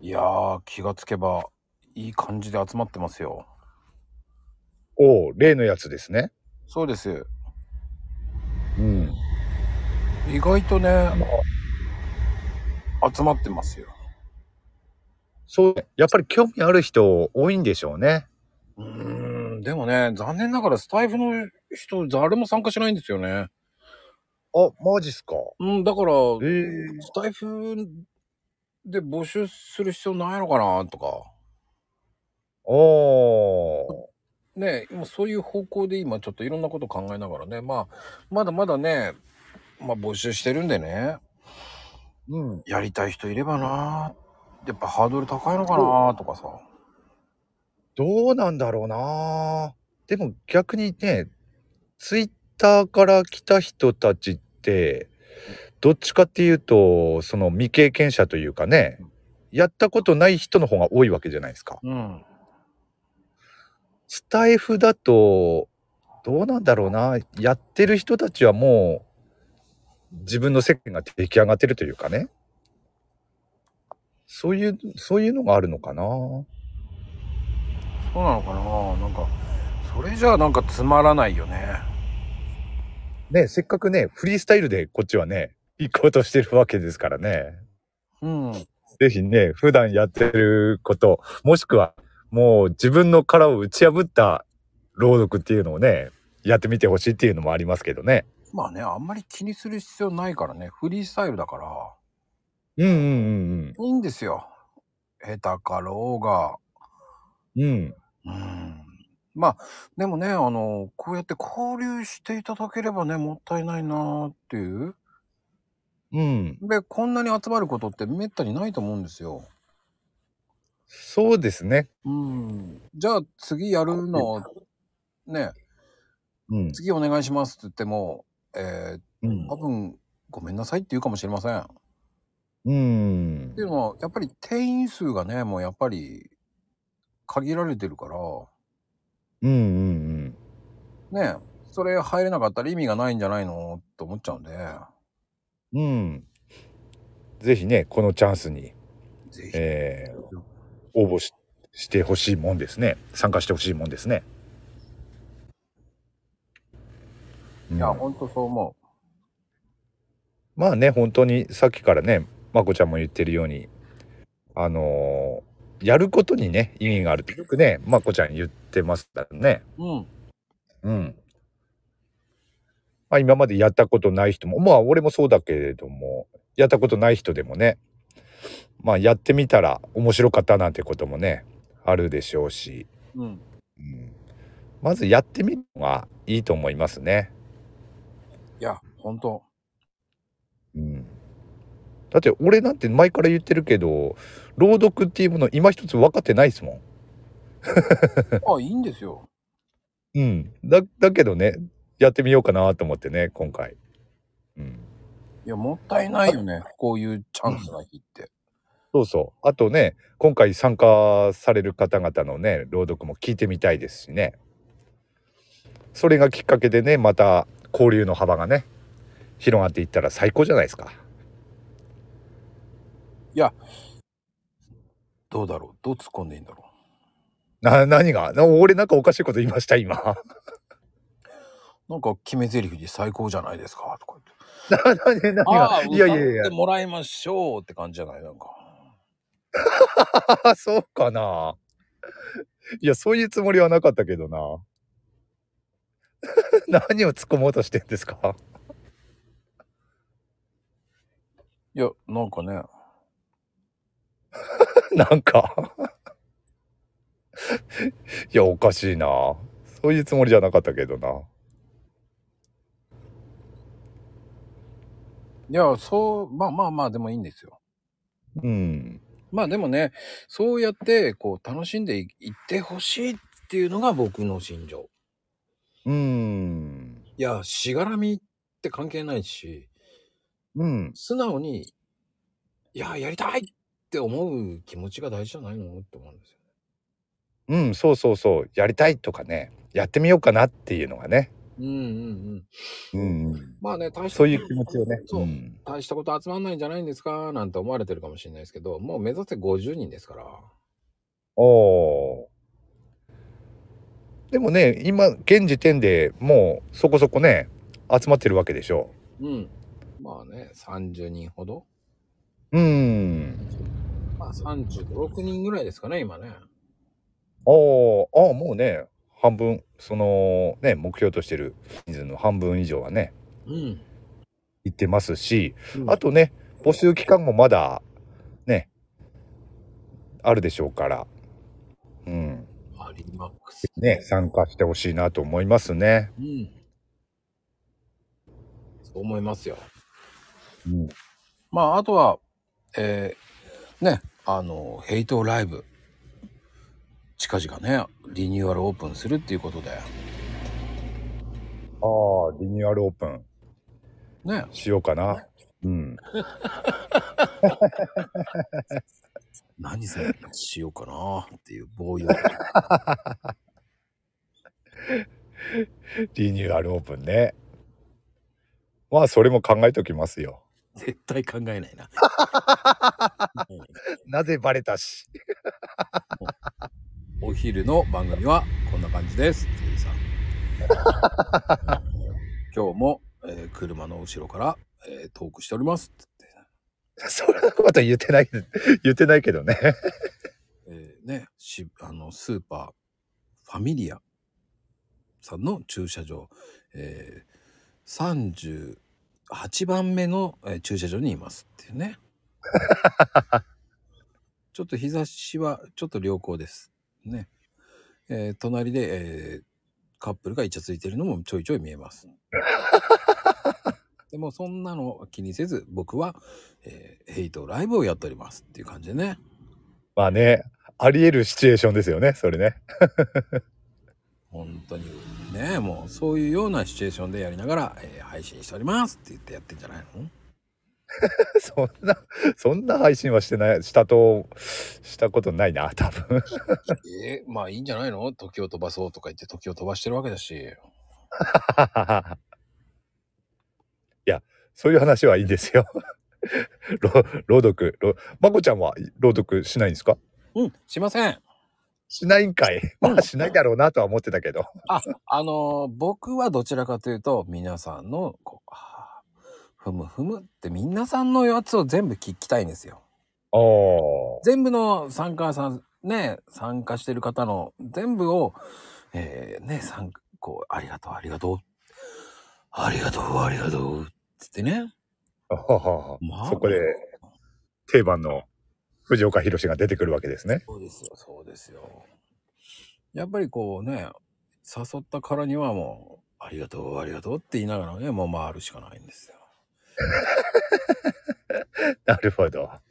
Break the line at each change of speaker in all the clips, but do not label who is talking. いやー、気がつけば、いい感じで集まってますよ。
おお、例のやつですね。
そうです。
うん。
意外とね、集まってますよ。
そう、やっぱり興味ある人多いんでしょうね。
うーん、でもね、残念ながらスタイフの人、誰も参加しないんですよね。
あ、マジっすか。
うん、だから、
えー、
スタイフで募集する必要ないのかなとか。
おー。
ね、今そういう方向で今ちょっといろんなこと考えながらね、まあ、まだまだね、まあ募集してるんでね、
うん。
やりたい人いればなやっぱハードル高いのかなとかさ。
どうなんだろうなでも逆にね、ツイッターから来た人たちって、どっちかっていうと、その未経験者というかね、やったことない人の方が多いわけじゃないですか。
うん。
スタイフだと、どうなんだろうな。やってる人たちはもう、自分の世界が出来上がってるというかね。そういう、そういうのがあるのかな。
そうなのかななんか、それじゃあなんかつまらないよね。
ね、せっかくね、フリースタイルでこっちはね、行こうとしてるわけですからね。
うん。
ぜひね、普段やってること、もしくは、もう自分の殻を打ち破った朗読っていうのをね、やってみてほしいっていうのもありますけどね。
まあね、あんまり気にする必要ないからね、フリースタイルだから、
うんうん
いいんですよ。下手かろうが。
うんうん。う
う
ん。
んまあでもねあのこうやって交流していただければねもったいないなーっていう
うん。
でこんなに集まることってめったにないと思うんですよ。
そうですね。
うん、じゃあ次やるのね
うん。
次お願いしますって言っても、え
うん
ー、多分ごめんなさいって言うかもしれません。っ
うん
ていうのはやっぱり定員数がねもうやっぱり限られてるから
うんうん
ねそれ入れなかったら意味がないんじゃないのと思っちゃうんで
うんうんぜひねこのチャンスに、
ぜひ。
えー応募ししてほしいもんですね参加してほしいもんですね
いや、
うん
ほんとそう思う。
まあね本当にさっきからねまこちゃんも言ってるようにあのーやることにね意味があるってよくねまこちゃん言ってますからね
うん。
うんまあ今までやったことない人もまあ俺もそうだけれどもやったことない人でもねまあやってみたら面白かったなんてこともねあるでしょうし、
うん。
うん、まずやってみるのがいいと思いますね。
いや、ほんと。
うん、だって俺なんて前から言ってるけど朗読っていうもの今一つ分かってないですもん。
あ、いいんですよ。
うん、だだけどねやってみようかなと思ってね今回。うん
いや、もったいないよね。こういうチャンスな日って。
そうそう。あとね、今回参加される方々のね、朗読も聞いてみたいですしね。それがきっかけでね、また交流の幅がね、広がっていったら最高じゃないですか。
どうだろうどう突っ込んでいいんだろ
な、何がな俺なんかおかしいこと言いました、今。
うなんか決め台詞で最高じゃないですかとか言って。
な、何、何
ああ、
が い
歌
やいやいや
って、もらいましょうって感じじゃないなんか。
そうかな。いや、そういうつもりはなかったけどな。 何を突っ込もうとしてんですか
いや、なんかね。
なんか。いや、おかしいな。そういうつもりじゃなかったけどな。
いや、そう、まあまあまあ、でもいいんですよ。
うん。
まあでもね、そうやって、こう、楽しんでいいってほしいっていうのが僕の心情。
うん。
いや、しがらみって関係ないし。
うん。
素直に、いや、やりたいって思う気持ちが大事じゃないのって思うんですよ。
うん、そうそうそう。やりたいとかね。やってみようかなっていうのがね。
うんうんうん。
うんうん、
まあね、大した
そういう気持ちをね。
そう
うん
大したこと集まんないんじゃないんですかなんて思われてるかもしれないですけど、もう目指せ50人ですから。
おーでもね今現時点でもうそこそこね集まってるわけでしょ
うん。まあね、30人ほど。
うーん
まあ35、6人ぐらいですかね、今ね。
おーあーもうね半分そのね目標としてる人数の半分以上はね
うん。
行ってますし
うん
あとね募集期間もまだねあるでしょうからうん
ありまくす。
ね参加してほしいなと思いますね。
うん。そう思いますよ。
うん、
まあ、あとは、えー、ね、あの、ヘイトライブ。近々ね、リニューアルオープンするっていうことで。
ああリニューアルオープン
ね。
しようかな。うん。
何それしようかなっていう棒読み。
リニューアルオープンね。まあ、それも考えときますよ。
絶対考えない な。
なぜバレたし。
お昼の番組はこんな感じですっていうさ。今日も、えー車の後ろから、えートークしておりますって
そんなこと言ってない、言ってないけどね。
言って、えーね、しあのスーパーファミリアさんの駐車場、えー38番目の、えー駐車場にいますっていうね。ちょっと日差しはちょっと良好です。ね。えー隣で、えーカップルがイチャついてるのもちょいちょい見えます。でもそんなのは気にせず僕は、えーヘイトライブをやっておりますっていう感じでね。
まあね、あり得るシチュエーションですよね、それね。
本当にねもうそういうようなシチュエーションでやりながら、えー配信しておりますって言ってやってんじゃないの
そんな、そんな配信はしてない、したと、したことないな、多分。
えーまあいいんじゃないの時を飛ばそうとか言って時を飛ばしてるわけだし。
いや、そういう話はいいんですよ。 ろ朗読、ろまこちゃんは朗読しないんですか
うん、しません。
しないんかい。まあ、しないだろうなとは思ってたけど。
あのー僕はどちらかというと皆さんのこうあーふむふむって皆さんのやつを全部聞きたいんですよ。
ああ。
全部の参加さんね参加してる方の全部を、えーねさんこうありがとうありがとうありがとうありがとうって言ってね、
ははは
ま
そこで定番の藤岡弘が出てくるわけですね。
そうですよそうですよやっぱりこうね誘ったからにはもうありがとうありがとうって言いながらねもう回るしかないんですよ
なるほど。
だか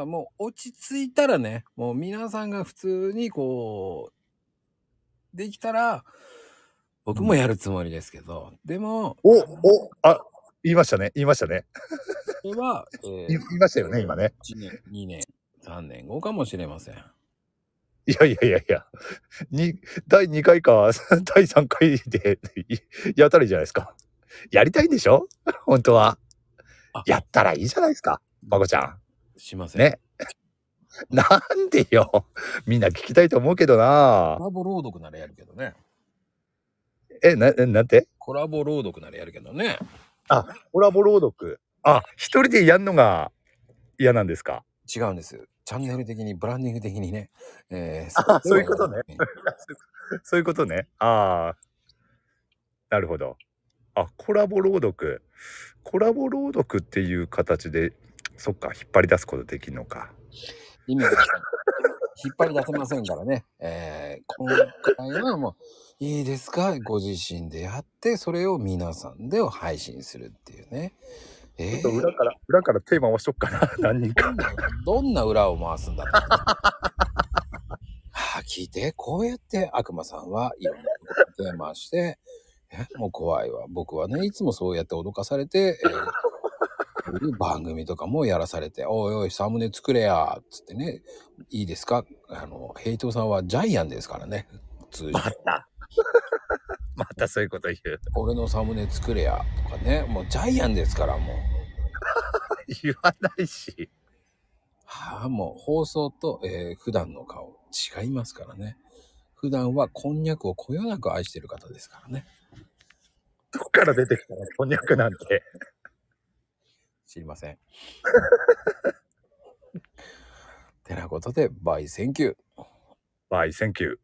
らもう落ち着いたらね、もう皆さんが普通にこう、できたら、僕もやるつもりですけど、でも、
おおあ言いましたね言いましたね
それは、え
言い言いましたよね今ね。
1年、2年、3年後かもしれません。
いやいやいやいやに第2回か 第3回でいやったらいいじゃないですか。やりたいんでしょ本当は
あ。
やったらいいじゃないですか。まこちゃん。
しません。
ね。 なんでよ。みんな聞きたいと思うけどな
コ。ラボ朗読ならやるけどね。
え、な、ななんて
コラボ朗読ならやるけどね。
コラボ朗読。あ、一人でやんのが嫌なんですか
違うんです。チャンネル的に、ブランディング的にね。えー
あそういうことね。
そ
そういうことね。ああ。なるほど。あ、コラボ朗読。コラボ朗読っていう形で、そっか、引っ張り出すことできるのか。
意味がわかんない引っ張り出せませんからね。えー、今回はもう、いいですかご自身でやって、それを皆さんで配信するっていうね。え
ちょっと
ー、
裏から、裏からテーマをしとくかな。 何人か。
どんな裏を回すんだろう はあ、聞いて、こうやって悪魔さんはいろんなことをテーマして、えもう怖いわ。僕はね、いつもそうやって脅かされて、えーこういう番組とかもやらされて、おいおい、サムネ作れや、つってね、いいですかあの、ヘイトさんはジャイアンですからね、通常。
た。またそういうこと言う。
俺のサムネ作れやとかねもうジャイアンですからもう
言わないし。
はあもう放送と、えー普段の顔違いますからね普段はこんにゃくをこよなく愛してる方ですからね
どっから出てきたのこんにゃくなんて。
知りませんてなことでバイセンキュー
はい、センキュー。